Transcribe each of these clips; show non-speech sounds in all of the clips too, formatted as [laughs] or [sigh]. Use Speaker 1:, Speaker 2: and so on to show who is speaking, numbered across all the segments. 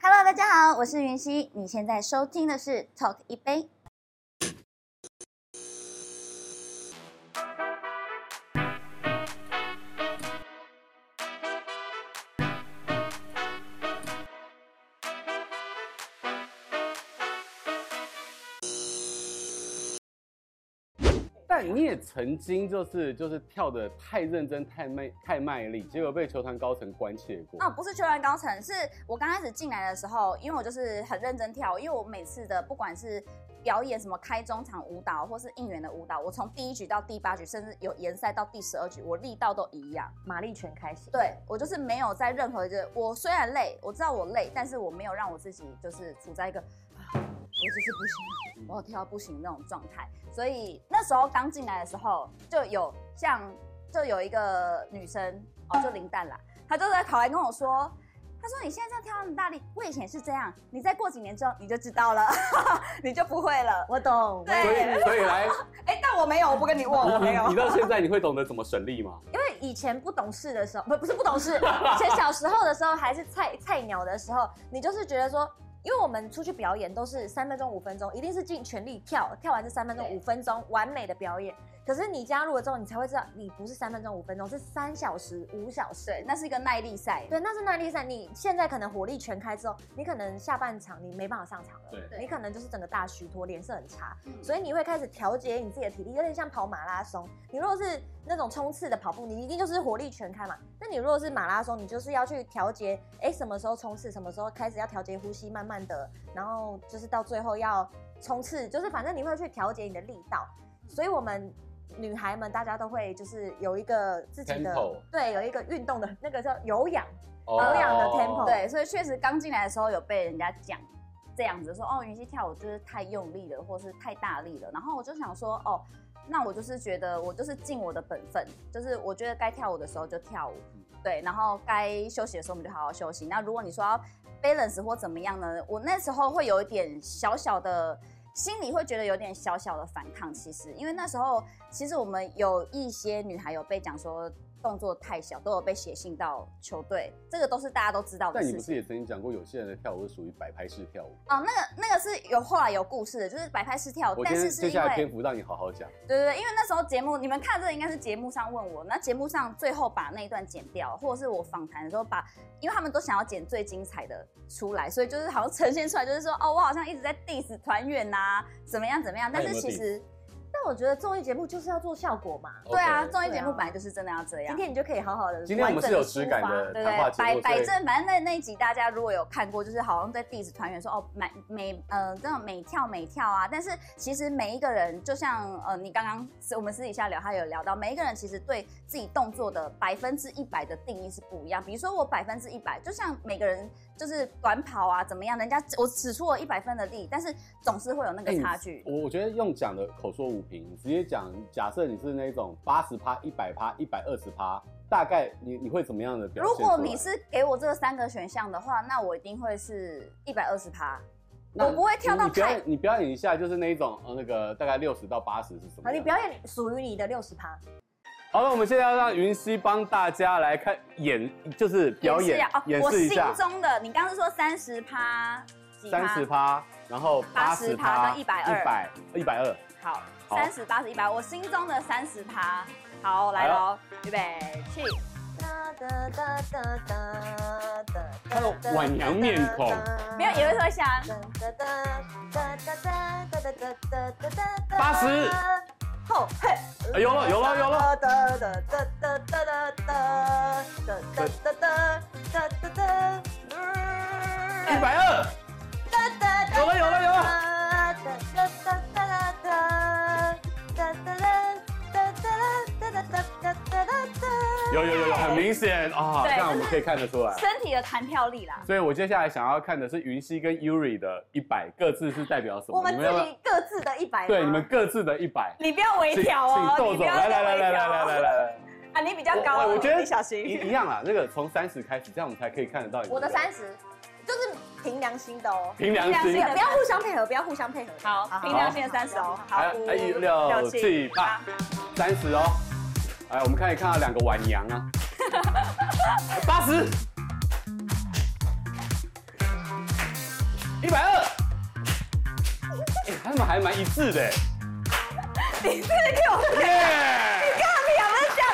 Speaker 1: 好，我是云溪，你现在收听的是 Talk 一杯。
Speaker 2: 但你也曾经就是就是跳的太认真、太卖、太卖力，结果被球团高层关切过。
Speaker 1: 哦，不是球员高层，是我刚开始进来的时候，因为我就是很认真跳，因为我每次的不管是表演什么开中场舞蹈，或是应援的舞蹈，我从第一局到第八局，甚至有延赛到第十二局，我力道都一样。
Speaker 3: 马力全开心。
Speaker 1: 对我就是没有在任何一个，我虽然累，我知道我累，但是我没有让我自己就是处在一个。啊我就是不行，我跳不行那种状态，所以那时候刚进来的时候，就有像就有一个女生哦，就林蛋啦，她就在跑来跟我说，她说你现在这样跳那么大力，我以前是这样，你再过几年之后你就知道了， [laughs] 你就不会了。
Speaker 3: 我懂，
Speaker 1: 对
Speaker 2: 所以所以
Speaker 1: [laughs]
Speaker 2: 来，
Speaker 1: 哎、但我没有，我不跟你握，我没有
Speaker 2: 你你。到现在你会懂得怎么省力吗？
Speaker 3: 因为以前不懂事的时候，不不是不懂事，以前小时候的时候还是菜菜鸟的时候，你就是觉得说，因为我们出去表演都是三分钟、五分钟，一定是尽全力跳，跳完这三分钟、
Speaker 1: 对
Speaker 3: 五分钟完美的表演。可是你加入了之后，你才会知道，你不是三分钟、五分钟，是三小时、五小时。
Speaker 1: 对，那是一个耐力赛。
Speaker 3: 对，那是耐力赛。你现在可能火力全开之后，你可能下半场你没办法上场了，
Speaker 2: 对
Speaker 3: 你可能就是整个大虚脱，脸色很差，
Speaker 1: 嗯
Speaker 3: 所以你会开始调节你自己的体力，有点像跑马拉松。你如果是那种冲刺的跑步，你一定就是火力全开嘛。那你如果是马拉松，你就是要去调节，哎、什么时候冲刺，什么时候开始要调节呼吸，慢慢的，然后就是到最后要冲刺，就是反正你会去调节你的力道。
Speaker 2: 嗯
Speaker 3: 所以我们女孩们大家都会就是有一个自己的
Speaker 2: Tempo
Speaker 3: 对，有一个运动的那个叫有氧。
Speaker 2: 保
Speaker 3: 保养的 tempo
Speaker 1: 哦对，所以确实刚进来的时候有被人家讲这样子，说哦，云溪跳舞就是太用力了，或是太大力了。然后我就想说，哦，那我就是觉得我就是尽我的本分，就是我觉得该跳舞的时候就跳舞，对，然后该休息的时候我们就好好休息。那如果你说要 balance 或怎么样呢，我那时候会有一点小小的。心里会觉得有点小小的反抗，其实，因为那时候其实我们有一些女孩有被讲说动作太小，都有被写信到球队，这个都是大家都知道的
Speaker 2: 但
Speaker 1: 事
Speaker 2: 你
Speaker 1: 情
Speaker 2: 不。是也曾经讲过，有些人的跳舞是属于摆拍式跳舞？
Speaker 1: 哦，那个那个是有后来有故事的，就是摆拍式跳，
Speaker 2: 我
Speaker 1: 哦
Speaker 2: 今
Speaker 1: 但
Speaker 2: 天
Speaker 1: 是是
Speaker 2: 接
Speaker 1: 因
Speaker 2: 下来
Speaker 1: 为
Speaker 2: 篇幅让你好好讲。
Speaker 1: 对对对，因为那时候节目你们看这个应该是节目上问我，那节目上最后把那一段剪掉，或者是我访谈的时候把，因为他们都想要剪最精彩的出来，所以就是好像呈现出来就是说哦，我好像一直在 diss 团员呐、怎么样怎么样，
Speaker 2: 那
Speaker 1: 但
Speaker 2: 有
Speaker 1: 是
Speaker 2: 没有
Speaker 1: 其
Speaker 2: diss？
Speaker 1: 实
Speaker 3: 但我觉得综艺节目就是要做效果嘛。
Speaker 1: 对啊，
Speaker 2: OK
Speaker 1: 综艺
Speaker 3: 对
Speaker 1: 节目
Speaker 3: 啊
Speaker 1: 本来就是真的要这样
Speaker 3: 今。天你就可以好好的，
Speaker 2: 今天我们是有质感的
Speaker 1: 对
Speaker 2: 谈话
Speaker 1: 对，
Speaker 2: 节
Speaker 1: 摆
Speaker 2: 目
Speaker 1: 摆
Speaker 2: 所以
Speaker 1: 正，反正那那一集大家如果有看过，就是好像在 diss 团员说哦，每每呃这种每跳每跳啊，但是其实每一个人，就像呃你刚刚我们私底下聊，他有聊到，每一个人其实对自己动作的百分之一百的定义是不一样。比如说我百分之一百，就像每个人就是短跑啊怎么样，人家我使出我一百分的力，但是总是会有那
Speaker 2: 哎
Speaker 1: 个
Speaker 2: 你
Speaker 1: 差距。
Speaker 2: 我我觉得用讲的口说无凭，你直接讲，假设你是那种八十趴、一百趴、一百二十趴，大概你你会怎么样的表现
Speaker 1: 如
Speaker 2: 出来？
Speaker 1: 果你是给我这三个选项的话，那我一定会是一百二十趴。
Speaker 2: 那
Speaker 1: 我不会跳到
Speaker 2: 你你表
Speaker 1: 太
Speaker 2: 演，你表演一下就是那一种呃那个大概六十到八十是什么
Speaker 3: 好，
Speaker 2: 样？
Speaker 3: 你表演属于你的六十趴，
Speaker 2: 好了，我们现在要让云溪帮大家来看演，就是表演
Speaker 1: 演
Speaker 2: 演
Speaker 1: 示
Speaker 2: 示一
Speaker 1: 一下哦，
Speaker 2: 下
Speaker 1: 我心，中的，你刚刚是说三十趴，几
Speaker 2: 三十趴，然后八十
Speaker 1: 80
Speaker 2: 趴
Speaker 1: 趴跟120
Speaker 2: 一百一百二，
Speaker 1: 好，
Speaker 2: 好
Speaker 1: 三十八十一百，我心中的三十趴，好，来喽，预备起，
Speaker 3: 哒哒哒哒哒哒，
Speaker 2: 他有晚娘面孔
Speaker 1: 没有也会说香，
Speaker 2: 啊
Speaker 3: 哒哒哒哒哒哒哒哒哒哒哒，
Speaker 2: 80
Speaker 3: 后嘿，
Speaker 2: 哎有了有了有了
Speaker 3: 哒哒哒哒哒哒哒哒哒哒哒哒哒哒，
Speaker 2: 一百二，
Speaker 3: 哒哒哒
Speaker 2: 有了有了有
Speaker 3: 哒哒哒哒哒哒哒哒哒哒
Speaker 2: 了，
Speaker 3: 哒哒哒哒。
Speaker 2: 有有有有，很明显啊，
Speaker 1: 对
Speaker 2: 这样我们可以看得出来。
Speaker 1: 身体的弹跳力啦，
Speaker 2: 所以我接下来想要看的是云溪跟 Yuri 的一百各自是代表什么？
Speaker 3: 我们
Speaker 2: 你
Speaker 3: 自
Speaker 2: 要不要
Speaker 3: 己各自的一百。
Speaker 2: 对你们各自的一百，
Speaker 1: 你不要微
Speaker 2: 请
Speaker 1: 调
Speaker 2: 请
Speaker 1: 哦，
Speaker 2: 豆
Speaker 1: 你
Speaker 2: 总
Speaker 1: 不要
Speaker 2: 来来来来
Speaker 1: 微
Speaker 2: 来
Speaker 1: 调哦
Speaker 2: 来来来来。
Speaker 1: 啊，你比较
Speaker 2: 我
Speaker 1: 高，
Speaker 2: 我我觉得
Speaker 1: 你小
Speaker 2: 一一
Speaker 1: 心，
Speaker 2: 样啦，那个从三十开始，这样我们才可以看得到你。
Speaker 3: 我的三，十就是凭良心的哦，
Speaker 2: 凭良
Speaker 1: 凭
Speaker 2: 心
Speaker 1: 良。心
Speaker 3: 不要互相配合，不要互相配合。
Speaker 1: 好，平常线三十哦，好，
Speaker 2: 哎
Speaker 1: 五
Speaker 2: 哎六七八，三十哦。哎，我们可以看到两个晚娘啊，八十，一百二。哎，他们还蛮一致的欸。你这个耶！
Speaker 1: 跳不是跳跳，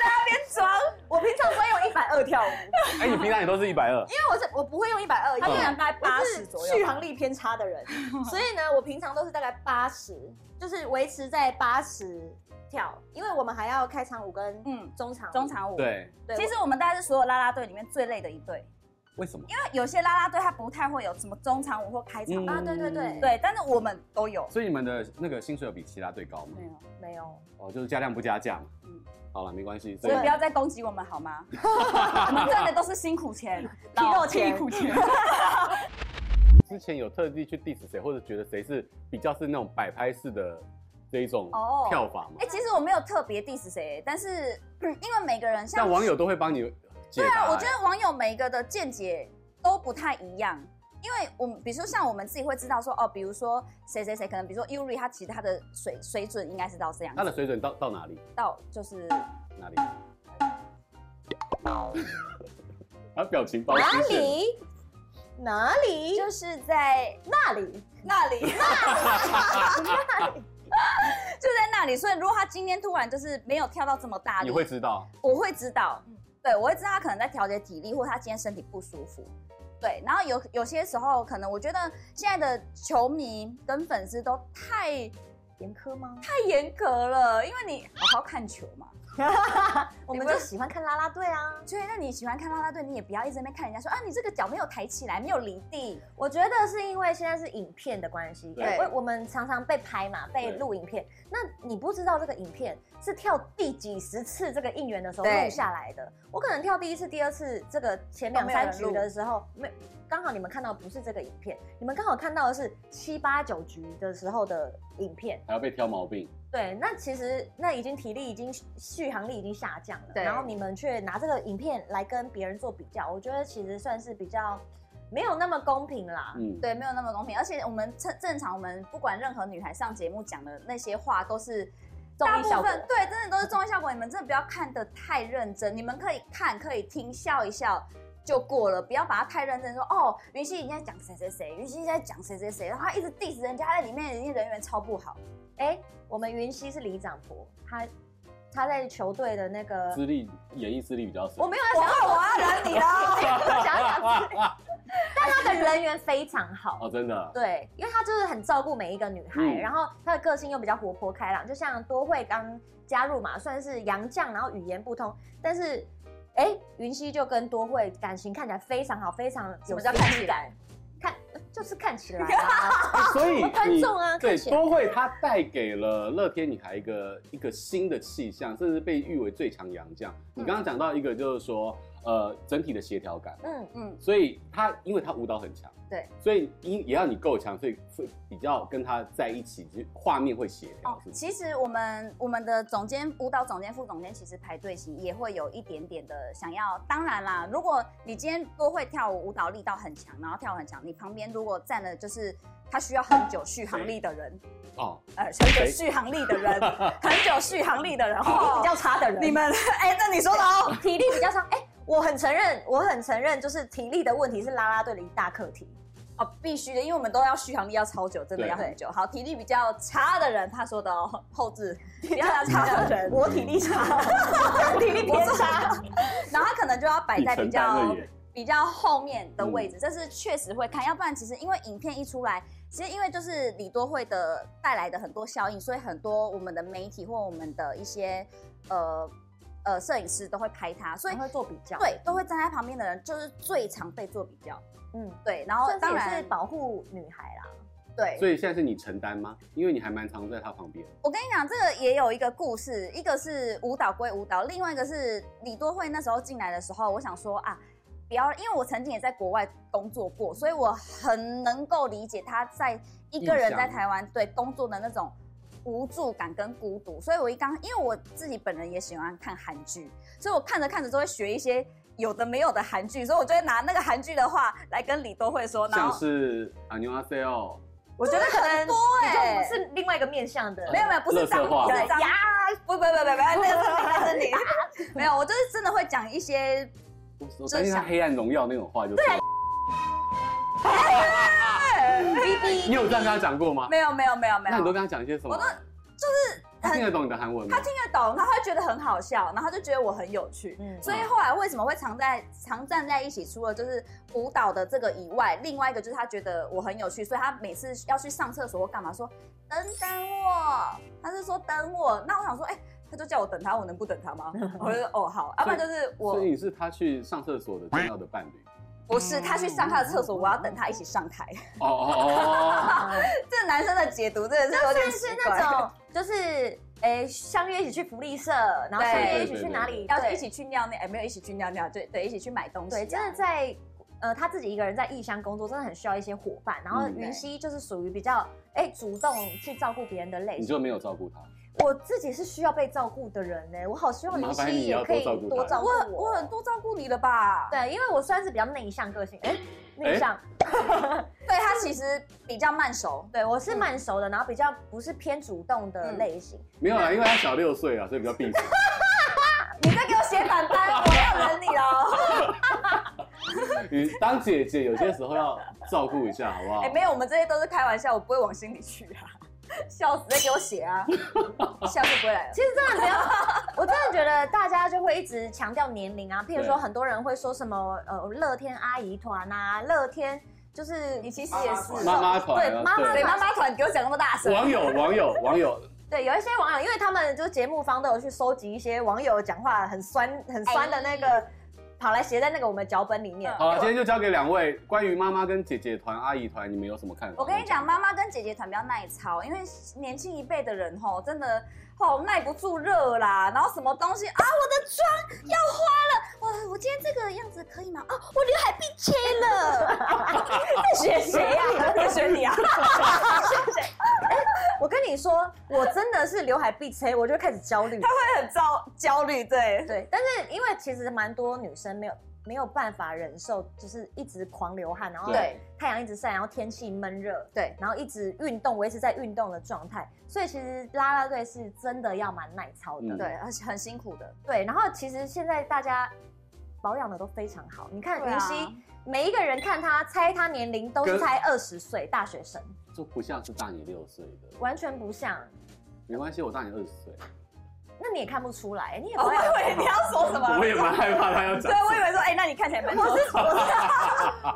Speaker 1: 在那边装，
Speaker 3: 我平常不会用一百二跳舞，因
Speaker 2: 哎，你平常也都是一百二。
Speaker 3: 为我是我不会用一百二，
Speaker 1: 他就
Speaker 3: 因为
Speaker 1: 想大概八
Speaker 3: 我
Speaker 1: 十
Speaker 3: 是
Speaker 1: 左右吧，
Speaker 3: 续航力偏差
Speaker 1: [laughs]
Speaker 3: 的人，所以呢，我平常都是大概八十，就是维持在八十跳，因为我们还要开场舞跟
Speaker 1: 嗯
Speaker 3: 中场舞
Speaker 1: 中，场舞。，
Speaker 2: 对，
Speaker 3: 对，
Speaker 1: 其实我们大概是所有啦啦队里面最累的一队，
Speaker 2: 为什么？
Speaker 1: 因为有些啦啦队它不太会有什么中场舞或开场舞，
Speaker 2: 嗯
Speaker 3: 啊对对对
Speaker 1: 对，但是我们都有。
Speaker 2: 所以你们的那个薪水有比其他队高吗
Speaker 1: 没？有，
Speaker 3: 我没有，
Speaker 2: 哦，就是加量不加价嘛。
Speaker 1: 嗯
Speaker 2: 好了，没关系。所
Speaker 1: 所
Speaker 2: 以
Speaker 1: 以不要再攻击我们好
Speaker 2: [laughs]
Speaker 1: 吗？我们赚的都是辛苦 [laughs] 钱、
Speaker 3: 皮肉
Speaker 1: 老
Speaker 3: 钱
Speaker 1: 屁股钱。
Speaker 2: 之前有特地去 diss 谁，或者觉得谁是比较是那种摆拍式的这一种
Speaker 1: 哦
Speaker 2: 跳法嘛
Speaker 1: [laughs] 哎、？其实我没有特别 diss 谁，但是、嗯因为每个人像
Speaker 2: 但网友都会帮你解
Speaker 1: 对
Speaker 2: 答
Speaker 1: 啊，
Speaker 2: 欸。
Speaker 1: 我觉得网友每一个的见解都不太一样，因为我们比如说像我们自己会知道说哦，比如说谁谁谁，可能比如说 Yuri 他其实他的水水准应该是到这样
Speaker 2: 他
Speaker 1: 子，
Speaker 2: 的水准到到哪里？
Speaker 1: 到就是
Speaker 2: 哪里？ [laughs] 他表情包
Speaker 3: 哪
Speaker 2: 出现了
Speaker 3: 里哪里
Speaker 1: 就是在
Speaker 3: 那里
Speaker 1: 那里，就
Speaker 2: [laughs]
Speaker 3: 那里，
Speaker 1: 在那里，所以如果他今天突然就是没有跳到这么大力，
Speaker 2: 你会知道。
Speaker 1: 我会知道
Speaker 3: 嗯，
Speaker 1: 对我会知道他可能在调节体力，或他今天身体不舒服。对，然后有有些时候，可能我觉得现在的球迷跟粉丝都太
Speaker 3: 严苛吗？
Speaker 1: 太严格了，因为你好好看球嘛。
Speaker 3: 我们就喜欢看啦啦队啊。
Speaker 1: 所以，那你喜欢看啦啦队，你也不要一直在那边看人家说啊，你这个脚没有抬起来，没有离地。
Speaker 3: 我觉得是因为现在是影片的关系，
Speaker 2: 对
Speaker 3: 我我们常常被拍嘛，被
Speaker 2: 对
Speaker 3: 录影片。那你不知道这个影片是跳第几十次这个应援的时候
Speaker 1: 对
Speaker 3: 录下来的。我可能跳第一次、第二次，这个前两
Speaker 1: 都没有人
Speaker 3: 三局的时候，没刚好你们看到不是这个影片，你们刚好看到的是七八九局的时候的影片。
Speaker 2: 还要被挑毛病，
Speaker 3: 对，那其实那已经体力已经续航力已经下降了，
Speaker 1: 对
Speaker 3: 然后你们却拿这个影片来跟别人做比较，我觉得其实算是比较没有那么公平啦。
Speaker 2: 嗯，
Speaker 1: 对，没有那么公平。而且我们正正常，我们不管任何女孩上节目讲的那些话，都是
Speaker 3: 综
Speaker 1: 大
Speaker 3: 艺
Speaker 1: 部
Speaker 3: 效果
Speaker 1: 分对，真的都是综艺效果。你们真的不要看得太认真，你们可以看，可以听，笑一笑。就过了，不要把它太认真说哦。云溪你在讲谁谁谁，云溪在讲谁谁谁，然后她一直 diss 人家，她在里面已经人缘超不好。
Speaker 3: 哎、我们云溪是里长伯，他他在球队的那个，
Speaker 2: 资历演艺资历比较深。
Speaker 3: 我没有要
Speaker 1: 我
Speaker 3: 想要
Speaker 1: 要我要拦你了。
Speaker 3: 我想要讲资历，
Speaker 2: 啊
Speaker 3: 但他的人缘非常
Speaker 2: [laughs]
Speaker 3: 好。
Speaker 2: 哦，真的，
Speaker 3: 对，因为他就是很照顾每一个女孩，
Speaker 2: 嗯
Speaker 3: 然后他的个性又比较活泼开朗，就像多惠刚加入嘛，算是洋将，然后语言不通，但是哎、云溪就跟多惠感情看起来非常好，非常
Speaker 1: 什
Speaker 3: 有
Speaker 1: 么叫看
Speaker 3: 亲
Speaker 1: 起来
Speaker 3: 密感？看呃就是看起来
Speaker 1: [laughs]
Speaker 3: 啊，
Speaker 2: 哎所以
Speaker 3: 我观
Speaker 2: 你
Speaker 3: 众啊
Speaker 2: 对
Speaker 3: 看起来
Speaker 2: 多惠他带给了乐天女孩一个一个新的气象，甚至被誉为最强洋将。
Speaker 1: 嗯
Speaker 2: 你刚刚讲到一个就是说，呃，整体的协调感，
Speaker 3: 嗯，
Speaker 1: 嗯，
Speaker 2: 所以他因为他舞蹈很强，
Speaker 1: 对，
Speaker 2: 所以因也要你够强，所以会比较跟他在一起，就画面会协
Speaker 1: 哦
Speaker 2: 调，，是不是
Speaker 1: 其实我们我们的总监、舞蹈总监、副总监，其实排队型也会有一点点的想要。当然啦，如果你今天多会跳舞，舞蹈力道很强，然后跳很强，你旁边如果站的就是他需要很久续航力的人，
Speaker 2: 哦，
Speaker 1: 呃，很久
Speaker 2: 谁
Speaker 1: 续航力的人，很久续航力的人，哦
Speaker 3: 体力比较差的人，
Speaker 1: 你们 [laughs] 哎、这你说的哦。
Speaker 3: 哦体力比较差。哎、我很承认，我很承认，就是体力的问题是啦啦队的一大课题。
Speaker 1: 哦，必须的，因为我们都要续航力要超久，真的
Speaker 2: 对
Speaker 1: 要很久。好，体力比较差的人，他说的哦，后置比较差的人，
Speaker 3: 我体力差， [laughs] 体力偏 [laughs] 差。
Speaker 1: 然后他可能就要摆
Speaker 2: 你
Speaker 1: 在比
Speaker 2: 承担
Speaker 1: 较
Speaker 2: 了耶，嗯
Speaker 1: 比较后面的位置，这是确实会看，要不然其实因为影片一出来，其实因为就是李多惠的带来的很多效应，所以很多我们的媒体或我们的一些呃呃摄影师都会拍他，所以
Speaker 3: 然后会做比较，，
Speaker 1: 对都会站在旁边的人就是最常被做比较，
Speaker 3: 嗯，
Speaker 1: 对，然后
Speaker 3: 算
Speaker 1: 当
Speaker 3: 是也
Speaker 1: 然
Speaker 3: 是保护女孩啦。
Speaker 1: 对，
Speaker 2: 所以现在是你承担吗？因为你还蛮常在他旁边，
Speaker 1: 我跟你讲，这个也有一个故事，一个是舞蹈归舞蹈，另外一个是李多惠那时候进来的时候，我想说啊，不要，因为我曾经也在国外工作过，所以我很能够理解他在一个人在台湾对工作的那种无助感跟孤独。所以我一刚，因为我自己本人也喜欢看韩剧，所以我看着看着都会学一些有的没有的韩剧，所以我就会拿那个韩剧的话来跟李多惠哦说，然
Speaker 2: 像
Speaker 1: 后
Speaker 2: 是阿牛阿 C 哦，
Speaker 3: 我觉得可能
Speaker 1: 很多哎、
Speaker 3: 你就是另外一个面向的，
Speaker 1: 没有没有，不是
Speaker 2: 垃圾
Speaker 1: 脏，
Speaker 2: 话
Speaker 1: 不是
Speaker 3: 对
Speaker 1: 脏
Speaker 3: 呀，
Speaker 1: 不不不不不，那个是你，那是
Speaker 2: [laughs]
Speaker 1: 你，没有，我就是真的会讲一些，
Speaker 2: 我我担心他黑暗荣耀那种话就是。你有这样跟他讲过吗？
Speaker 1: 没有没有没有没
Speaker 2: 那
Speaker 1: 有
Speaker 2: 你都，跟他讲一些什么？
Speaker 1: 我都
Speaker 2: 他听得懂你的韩文吗
Speaker 1: 他？听得懂，他会觉得很好笑，然后就觉得我很有趣。
Speaker 3: 嗯
Speaker 1: 所以后来为什么会常在常站在一起？除了就是舞蹈的这个以外，另外一个就是他觉得我很有趣，所以他每次要去上厕所或干嘛说等等我，他是说等我。那我想说，哎、他就叫我等他，我能不等他吗？我就说哦好，要、不然就是我
Speaker 2: 所以你是他去上厕所的重要的
Speaker 1: [laughs]
Speaker 2: 伴侣。
Speaker 1: 不是他去上他的厕所，我要等他一起上台。
Speaker 2: 哦
Speaker 3: 嗯
Speaker 2: 哦
Speaker 1: 这男生的解读真的是有点
Speaker 3: 算
Speaker 1: 奇
Speaker 3: 是
Speaker 1: 怪。
Speaker 3: 那种就是诶相约一起去福利社，然后
Speaker 1: [laughs] 对
Speaker 3: 相约一起去哪里，
Speaker 1: 要
Speaker 3: 对
Speaker 1: 一起去尿尿，哎、没有一起去尿尿，对对，一起去买东西啊、
Speaker 3: 对，真的在呃他自己一个人在异乡工作，真的很需要一些伙伴。然后
Speaker 2: 嗯
Speaker 3: 云溪就是属于比较哎、主动去照顾别人的类
Speaker 2: 哦，你
Speaker 3: 型。
Speaker 2: 就没有照顾他？
Speaker 3: 我自己是需要被照顾的人呢、我好希望
Speaker 2: 麻
Speaker 3: 云
Speaker 2: 烦你
Speaker 3: 溪也
Speaker 2: 要
Speaker 3: 可以
Speaker 2: 多照顾
Speaker 3: 多
Speaker 2: 他
Speaker 3: 照顾
Speaker 1: 我很
Speaker 3: 我。
Speaker 1: 我很多照顾你了吧？
Speaker 3: 对，因为我算是比较内向个性，哎、内
Speaker 2: 哎
Speaker 3: 向，
Speaker 1: 对，他其实比较慢熟，
Speaker 3: 对我是慢熟的，然后比较不是偏主动的
Speaker 1: 嗯
Speaker 3: 类型。
Speaker 2: 没有啦，因为他小六岁啊，所以比较闭
Speaker 1: [laughs]
Speaker 2: 嘴。
Speaker 1: 你再给我写反单，我要忍你 [laughs] 哦。
Speaker 2: 你当姐姐有些时候要照顾一下，好不好
Speaker 1: 哎、？没有，我们这些都是开玩笑，我不会往心里去啊。 [laughs] 笑死，再给我写 [laughs] 啊，下次不会 [laughs] 来了。
Speaker 3: 其实真的没有，我真的觉得大家就会一直强调年龄啊，譬如说
Speaker 2: 对
Speaker 3: 很多人会说什么呃乐天阿姨团啊，乐天就是
Speaker 1: 你其实也是
Speaker 2: 妈妈团
Speaker 3: 对
Speaker 2: 啊，
Speaker 3: 妈妈
Speaker 1: 对
Speaker 2: 对。
Speaker 1: 妈妈团，给我讲那么大声，
Speaker 2: 网友网友网友，
Speaker 3: 对有一些网友，因为他们就是节目方都有去收集一些网友讲话很酸很酸的那
Speaker 1: 哎
Speaker 3: 个，跑来写在那个我们脚本里面。
Speaker 1: 嗯
Speaker 2: 好了，今天就交给两位。关于妈妈跟姐姐团、阿姨团，你们有什么看法？
Speaker 1: 我跟你讲，妈妈跟姐姐团比较耐操，因为年轻一辈的人吼，真的吼耐不住热啦，然后什么东西啊，我的妆要花了，我我今天这个样子可以吗？哦，我刘海被切 [laughs] 了，在学谁呀、在学你啊？
Speaker 3: [laughs] 我跟你说，我真的是刘海必吹，我就开始焦虑。
Speaker 1: 会很焦焦虑，对，
Speaker 3: 对，但是因为其实蛮多女生没有没有办法忍受，就是一直狂流汗，然后
Speaker 2: 对
Speaker 3: 太阳一直晒，然后天气闷热，
Speaker 1: 对，
Speaker 3: 然后一直运动，维持在运动的状态，所以其实啦啦队是真的要蛮耐操的，
Speaker 2: 嗯
Speaker 1: 对，而 [laughs] 且很辛苦的，
Speaker 3: 对。然后其实现在大家保养的都非常好，你看
Speaker 1: 对啊
Speaker 3: 云溪，每一个人看她猜她年龄都是
Speaker 2: 跟
Speaker 3: 猜二十岁大学生，
Speaker 2: 就不像是大你六岁的，
Speaker 3: 完全不像。
Speaker 2: 没关系，我大你二十岁。
Speaker 3: 那你也看不出来，你也
Speaker 1: 哦
Speaker 3: 保
Speaker 1: 我
Speaker 3: 养得
Speaker 1: 以为
Speaker 3: 很
Speaker 1: 你
Speaker 3: 好。
Speaker 1: 要说什
Speaker 3: [laughs]
Speaker 1: 么？
Speaker 2: 我也蛮害怕他要
Speaker 1: 对，。
Speaker 2: 讲
Speaker 1: 我以为说，哎、那你看起来 [laughs] 蛮我是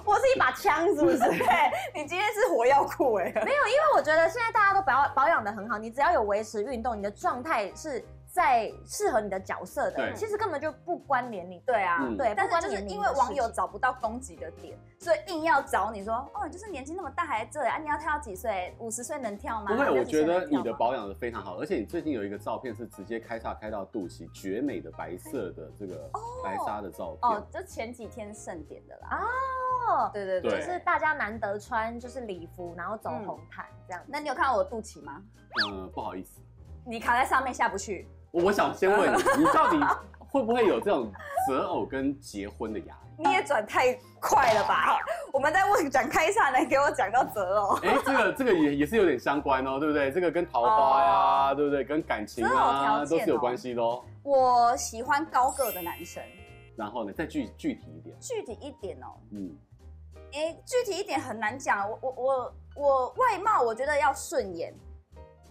Speaker 3: 我是一 [laughs] 把枪，是不是？
Speaker 1: 对，你今天是火药库哎，
Speaker 3: 没有，因为我觉得现在大家都保保养的很好，你只要有维持运动，你的状态是在适合你的角色的，
Speaker 2: 对
Speaker 3: 其实根本就不关联你。
Speaker 1: 对啊。
Speaker 2: 嗯
Speaker 3: 对，
Speaker 1: 但
Speaker 3: 不关
Speaker 1: 是就是
Speaker 3: 联你
Speaker 1: 因
Speaker 3: 的
Speaker 1: 为网友
Speaker 3: 事情
Speaker 1: 找不到攻击的点，所以硬要找你说，哦，你就是年纪那么大还在这里啊？你要跳到几岁？五十岁能跳吗？
Speaker 2: 不会，我
Speaker 1: 60岁
Speaker 2: 觉
Speaker 1: 能
Speaker 2: 得
Speaker 1: 跳
Speaker 2: 你的
Speaker 1: 吗
Speaker 2: 保养的非常好，而且你最近有一个照片是直接开叉开到肚脐，绝美的白色的这个白纱的照片
Speaker 1: 哦，。就前几天盛典的啦。
Speaker 3: 啊哦，
Speaker 1: 对对
Speaker 2: 对
Speaker 3: 就是大家难得穿就是礼服，然后走
Speaker 1: 嗯
Speaker 3: 红毯这样。
Speaker 1: 那你有看到我肚脐吗？
Speaker 2: 嗯，不好意思，
Speaker 1: 你卡在上面下不去。
Speaker 2: 我我想先问你，你到底会不会有这种择偶跟结婚的压力？
Speaker 1: 你也转太快了吧？ [laughs] 我们在问展开一下来，给我讲到择偶。
Speaker 2: 哎，这个这个也也是有点相关哦，对不对？这个跟桃花呀，对不对？跟感情
Speaker 1: 择偶条
Speaker 2: 啊，
Speaker 1: 件
Speaker 2: 都
Speaker 1: 哦
Speaker 2: 是有关系的哦。
Speaker 1: 我喜欢高个的男生，
Speaker 2: 然后呢，再具具体一点，
Speaker 1: 具体一点哦，
Speaker 2: 嗯，
Speaker 1: 哎、具体一点很难讲。我我我我外貌我觉得要顺眼，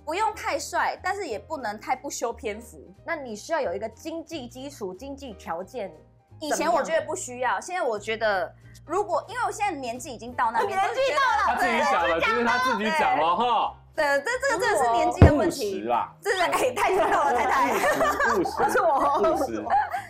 Speaker 1: 不用太帅，但是也不能太不修篇幅。
Speaker 3: 那你需要有一个经济基础、经济条件。
Speaker 1: 以前我觉得不需要，现在我觉得，如果因为我现在年纪已经到那边，
Speaker 3: 年纪
Speaker 1: 到
Speaker 2: 他自己讲了，今天他自己讲了哈，
Speaker 1: 对，这这个真的
Speaker 3: 如
Speaker 1: 是
Speaker 3: 果
Speaker 1: 年纪的问
Speaker 2: 务实啊
Speaker 1: 题，
Speaker 2: 啦，
Speaker 1: 真的哎，太重要了，太太。
Speaker 2: 务实，
Speaker 3: 是
Speaker 2: [laughs]
Speaker 3: 我
Speaker 2: 务实，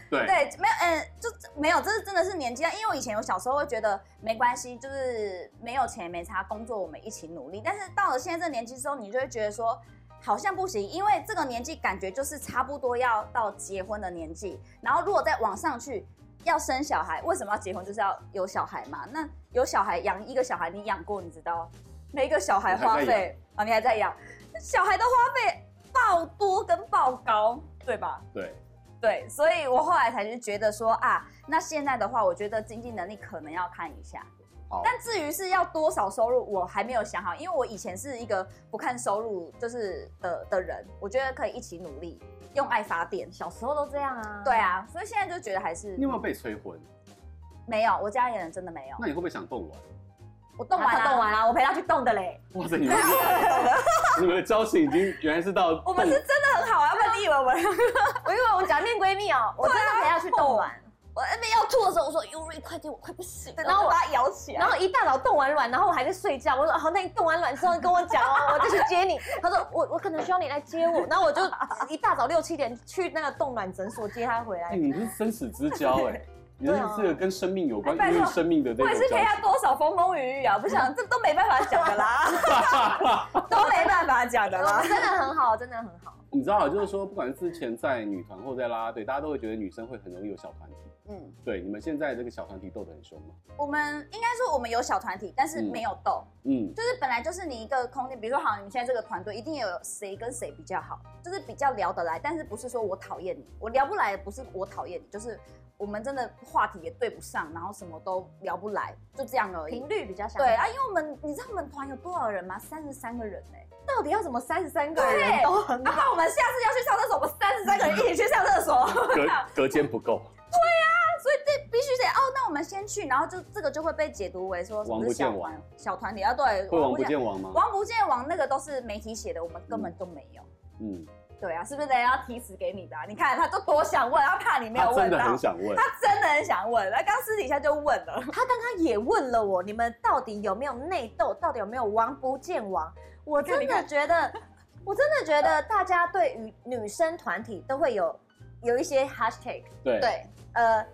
Speaker 2: 对，
Speaker 1: 对，没有，嗯，就没有，这是真的是年纪啊。因为我以前我小时候会觉得没关系，就是没有钱也没差，工作我们一起努力。但是到了现在这个年纪之后，你就会觉得说好像不行，因为这个年纪感觉就是差不多要到结婚的年纪，然后如果再往上去。要生小孩，为什么要结婚？就是要有小孩嘛。那有小孩养一个小孩，你养过你知道，每一个小孩花
Speaker 2: 我还在
Speaker 1: 费啊，你还在养，小孩的花费爆多跟爆高，对吧？
Speaker 2: 对，
Speaker 1: 对，所以我后来才是觉得说啊，那现在的话，我觉得经济能力可能要看一下。
Speaker 2: 好，
Speaker 1: 但至于是要多少收入，我还没有想好，因为我以前是一个不看收入就是的的人，我觉得可以一起努力，用爱发电。
Speaker 3: 小时候都这样啊。
Speaker 1: 对，啊，所以现在就觉得还是嗯
Speaker 2: 你有没有被催婚？
Speaker 1: 没有，我家里人真的没有。
Speaker 2: 那你会不会想动卵？
Speaker 1: 我动完
Speaker 3: 他
Speaker 1: 了，
Speaker 3: 动完了，我陪他去动的嘞。
Speaker 2: 哇塞，你们 [laughs] 你们的交情已经原来是到
Speaker 1: 我们是真的很好啊，要不然你以为我们
Speaker 3: [laughs]
Speaker 1: 啊
Speaker 3: 我因为我假面闺蜜哦，我真的陪她去动完，
Speaker 1: 我那边要吐的时候，我说 Yuri 快点，我快不行了，
Speaker 3: 然后我
Speaker 1: 把它摇起
Speaker 3: 然后一大早动完卵，然后我还在睡觉，我说哦好，那你动完卵之后你跟我讲 [laughs] 哦，我就去接你。她说我我可能需要你来接我，然后我就一大早六七点去那个动卵诊所接她回
Speaker 2: 哎、
Speaker 3: 来。
Speaker 2: 你们是生死之交哎、
Speaker 1: [laughs]
Speaker 2: 你
Speaker 3: 对
Speaker 2: 这
Speaker 3: 啊
Speaker 2: 是个跟生命有关，
Speaker 1: 哎拜
Speaker 2: 因
Speaker 1: 托
Speaker 2: 为生命的这
Speaker 1: 我也是
Speaker 2: 种交
Speaker 1: 陪他多少风风雨雨啊，不
Speaker 3: 嗯
Speaker 1: 想这都没办法讲的
Speaker 3: [laughs]
Speaker 1: 啦，
Speaker 2: 情。
Speaker 1: [laughs] 都没办法讲的
Speaker 3: 我
Speaker 1: 啦
Speaker 3: 们。哦真的很好，真的很好。
Speaker 2: [laughs] 你知道，就是说，不管是之前在女团或在啦啦队，大家都会觉得女生会很容易有小团体。
Speaker 1: [laughs] 嗯，
Speaker 2: 对，你们现在这个小团体斗得很凶吗？
Speaker 1: 我们应该说我们有小团体，但是没有斗，
Speaker 2: 嗯，
Speaker 1: 就是本来就是你一个空间，比如说好，你们现在这个团队一定有谁跟谁比较好，就是比较聊得来，但是不是说我讨厌你，我聊不来的不是我讨厌你，就是我们真的话题也对不上，然后什么都聊不来，就这样而已
Speaker 3: 频。率比较相
Speaker 1: 对啊，因为我们你知道我们团有多少人吗？三十三个人哎、
Speaker 3: 到底要怎么三十三个
Speaker 1: 对
Speaker 3: 人都很
Speaker 1: 啊，不
Speaker 3: 好？
Speaker 1: 然我们下次要去上厕所，我们三十三个人一起去上厕所。
Speaker 2: 隔隔间不够，
Speaker 1: 所以这必须得哦，那我们先去，然后就这个就会被解读为说什
Speaker 2: 王
Speaker 1: 么
Speaker 2: 不
Speaker 1: 是小
Speaker 2: 见王
Speaker 1: 团小团体啊，对，
Speaker 2: 会王不见王吗？
Speaker 1: 王不见王那个都是媒体写的，我们根本就没有。
Speaker 2: 嗯，
Speaker 1: 对啊，是不是得要提词给你的啊、你看他都多想问，他怕你没有
Speaker 2: 他真
Speaker 1: 问
Speaker 2: 的
Speaker 1: 到
Speaker 2: 很，想问
Speaker 1: 他。真的很想问，他刚私底下就问了。
Speaker 3: 他刚刚也问了我，你们到底有没有内斗？到底有没有王不见王？我真的觉 [laughs] 得，我真的觉得大家对于女生团体都会有有一些 hashtag，
Speaker 2: 对
Speaker 1: 对，
Speaker 3: 呃，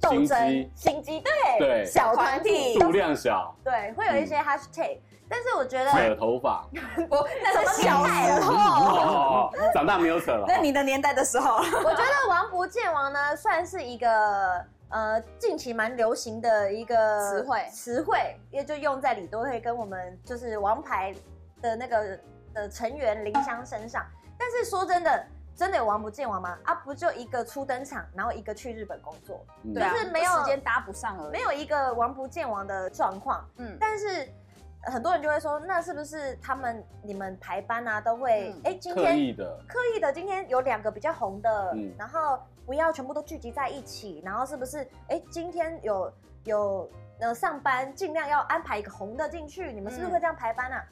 Speaker 3: 斗
Speaker 2: 心机
Speaker 3: 争、心机，对，
Speaker 2: 对
Speaker 3: 小团体，
Speaker 2: 度量小，
Speaker 3: 对，会有一些 hashtag，、但是我觉得
Speaker 2: 扯
Speaker 1: [laughs]
Speaker 2: 头发，嗯
Speaker 1: 不，那是小时
Speaker 3: 什
Speaker 1: 候，
Speaker 2: 哦，长大没有扯了。
Speaker 1: 啊那你的年代的时候，
Speaker 3: [laughs] 我觉得王不见王呢，算是一个呃近期蛮流行的一个
Speaker 1: 词汇
Speaker 3: 词汇也就用在李多惠跟我们就是王牌的那个的成员林湘身上。但是说真的，真的有王不见王吗？啊，不就一个初登场，然后一个去日本工作，
Speaker 2: 嗯
Speaker 1: 对啊
Speaker 3: 就是没有
Speaker 1: 时间搭不上而已。
Speaker 3: 没有一个王不见王的状况。
Speaker 1: 嗯，
Speaker 3: 但是呃很多人就会说，那是不是他们你们排班啊都会
Speaker 1: 嗯
Speaker 3: 哎、今
Speaker 2: 刻
Speaker 3: 天
Speaker 2: 意的，
Speaker 3: 刻意的，今天有两个比较红的，
Speaker 2: 嗯
Speaker 3: 然后不要全部都聚集在一起，然后是不是？哎，今天有有呃上班，尽量要安排一个红的进去，你们是不是
Speaker 1: 嗯
Speaker 3: 会这样排班啊？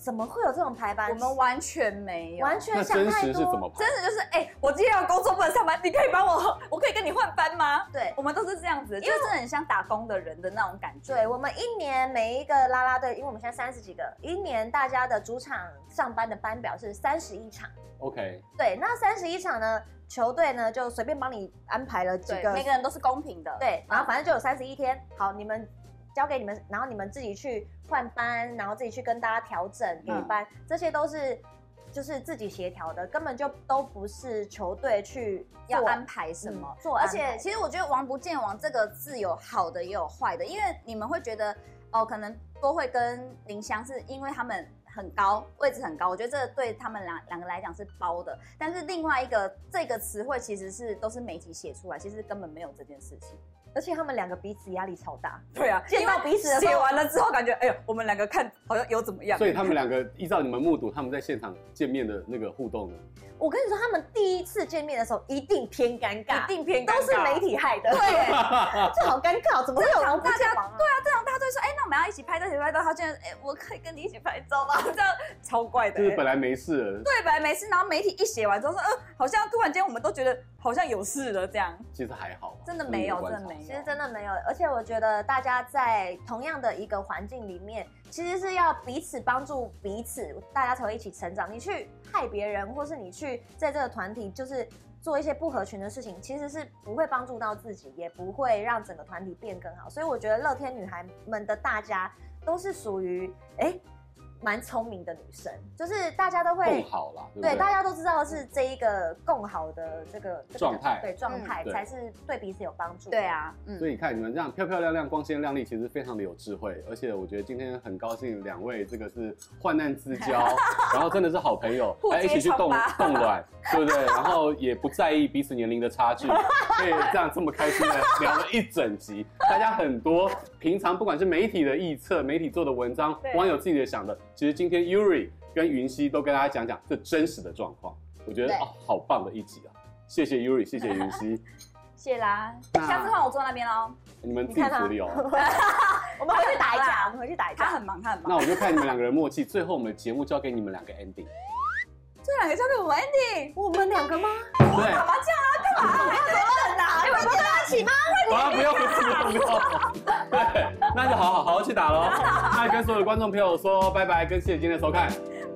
Speaker 3: 怎么会有这种排班？
Speaker 1: 我们完全没有，
Speaker 3: 完全
Speaker 2: 那
Speaker 3: 想
Speaker 2: 真
Speaker 3: 太
Speaker 2: 实是怎
Speaker 3: 多。
Speaker 2: 么拍
Speaker 1: 真？的就是，哎、我今天要工作不能上班，你可以帮我，我可以跟你换班吗？
Speaker 3: 对
Speaker 1: 我们都是这样子，就是真的很像打工的人的那种感觉。
Speaker 3: 对，我们一年每一个啦啦队，因为我们现在三十几个，一年大家的主场上班的班表是三十一场。
Speaker 2: OK，
Speaker 3: 对，那三十一场呢，球队呢就随便帮你安排了几
Speaker 1: 对，
Speaker 3: 个
Speaker 1: 每个人都是公平的。
Speaker 3: 对，然后
Speaker 1: 嗯
Speaker 3: 反正就有三十一天，好，你们交给你们，然后你们自己去换班，然后自己去跟大家调整给班，
Speaker 1: 嗯
Speaker 3: 这些都是就是自己协调的，根本就都不是球队去
Speaker 1: 要
Speaker 3: 做
Speaker 1: 安排什么
Speaker 3: 嗯。做安
Speaker 1: 而
Speaker 3: 排，
Speaker 1: 且，其实我觉得“王不见王”这个字有好的也有坏的，因为你们会觉得哦，可能都会跟林湘是因为他们很高，位置很高，我觉得这个对他们两两个来讲是包的。但是另外一个这个词汇其实是都是媒体写出来，其实根本没有这件事情。
Speaker 3: 而且他们两个彼此压力超大，
Speaker 1: 对啊，
Speaker 3: 见到彼此的时候
Speaker 1: 写完了之后，感觉哎呦，我们两个看好像有怎么样？
Speaker 2: 所以他们两个依照你们目睹他们在现场见面的那个互动呢，
Speaker 3: 我跟你说，他们第一次见面的时候一定偏尴尬，
Speaker 1: 一定偏
Speaker 3: 都是媒
Speaker 1: 体。
Speaker 3: 体害的，
Speaker 1: [laughs] 对，
Speaker 3: 这好尴尬，怎么会有王不
Speaker 1: 大
Speaker 3: 见
Speaker 1: 家
Speaker 3: 王啊？
Speaker 1: 对啊，这样大家都会说，哎、那我们要一起拍照，一起拍照。他竟然，哎、我可以跟你一起拍照吗？ [laughs] 这样超怪的、
Speaker 2: [laughs] 就是
Speaker 1: 欸。
Speaker 2: 本来没事了，
Speaker 1: 对，本来没事，然后媒体一写完之后说，呃，好像突然间我们都觉得好像有事了，这样
Speaker 2: 其实还好吧，
Speaker 1: 真的没有，
Speaker 2: 就是
Speaker 1: 真
Speaker 2: 观察
Speaker 1: 的没有。
Speaker 3: 其实真的没有，而且我觉得大家在同样的一个环境里面，其实是要彼此帮助彼此，大家才会一起成长。你去害别人，或是你去在这个团体就是做一些不合群的事情，其实是不会帮助到自己，也不会让整个团体变更好。所以我觉得乐天女孩们的大家都是属于哎蛮聪明的女生，就是大家都
Speaker 2: 更
Speaker 3: 会。
Speaker 2: 好啦，对不
Speaker 3: 对，
Speaker 2: 对？
Speaker 3: 大家都知道是这一个共好的这个这个
Speaker 2: 状态嗯
Speaker 3: 对状态、
Speaker 2: 对
Speaker 3: 才是对彼此有帮助。
Speaker 1: 对，啊，
Speaker 2: 所
Speaker 1: 嗯，
Speaker 2: 以你看你们这样漂漂亮亮、光鲜亮丽，其实非常的有智慧。而且我觉得今天很高兴，两位这个是患难之
Speaker 1: [laughs]
Speaker 2: 交，然后真的是好朋友，哎
Speaker 1: 互揭
Speaker 2: 还一起去
Speaker 1: 疮
Speaker 2: 冻
Speaker 1: 疤
Speaker 2: 冻卵，对不对？然后也不在意彼此年龄的差距，可以这样这么开心的聊了一整集。大家很多平常不管是媒体的臆测、媒体做的文章
Speaker 3: 对、
Speaker 2: 网友自己的想的，其实今天 Yuri 跟云溪都跟大家讲讲这真实的状况。我觉得
Speaker 1: 对
Speaker 2: 哦，好
Speaker 1: [laughs]
Speaker 2: 棒的一集啊！谢谢 Yuri，谢谢云溪。
Speaker 1: 谢啦，
Speaker 2: 那
Speaker 1: 下次换我坐那边喽。
Speaker 2: 你你们自己
Speaker 1: 啊
Speaker 2: 处理哦。
Speaker 3: 我们回去打一
Speaker 1: 好啦
Speaker 3: 架，我们回去打一
Speaker 1: 他
Speaker 3: 架。
Speaker 1: 很忙，他很
Speaker 2: 那
Speaker 1: 忙。
Speaker 2: 我就看你们两个人默契，最后我们的节目交给你们两个 ending。
Speaker 1: 这两个交给我 Andy，
Speaker 3: 我们两个吗？
Speaker 2: 对，
Speaker 1: 打麻将啊，干嘛？我要讨论啊
Speaker 3: 哎，我们在一起吗？
Speaker 2: 啊，不用不用不用， [laughs] 对，那就好好好好去打喽。那跟所有的观众朋友说拜拜，跟谢谢今天的收看，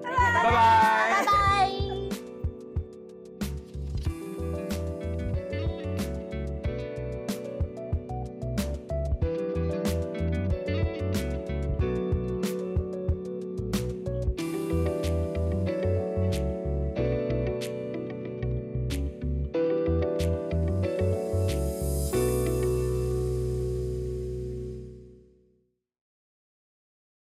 Speaker 2: 拜拜拜拜
Speaker 3: 拜。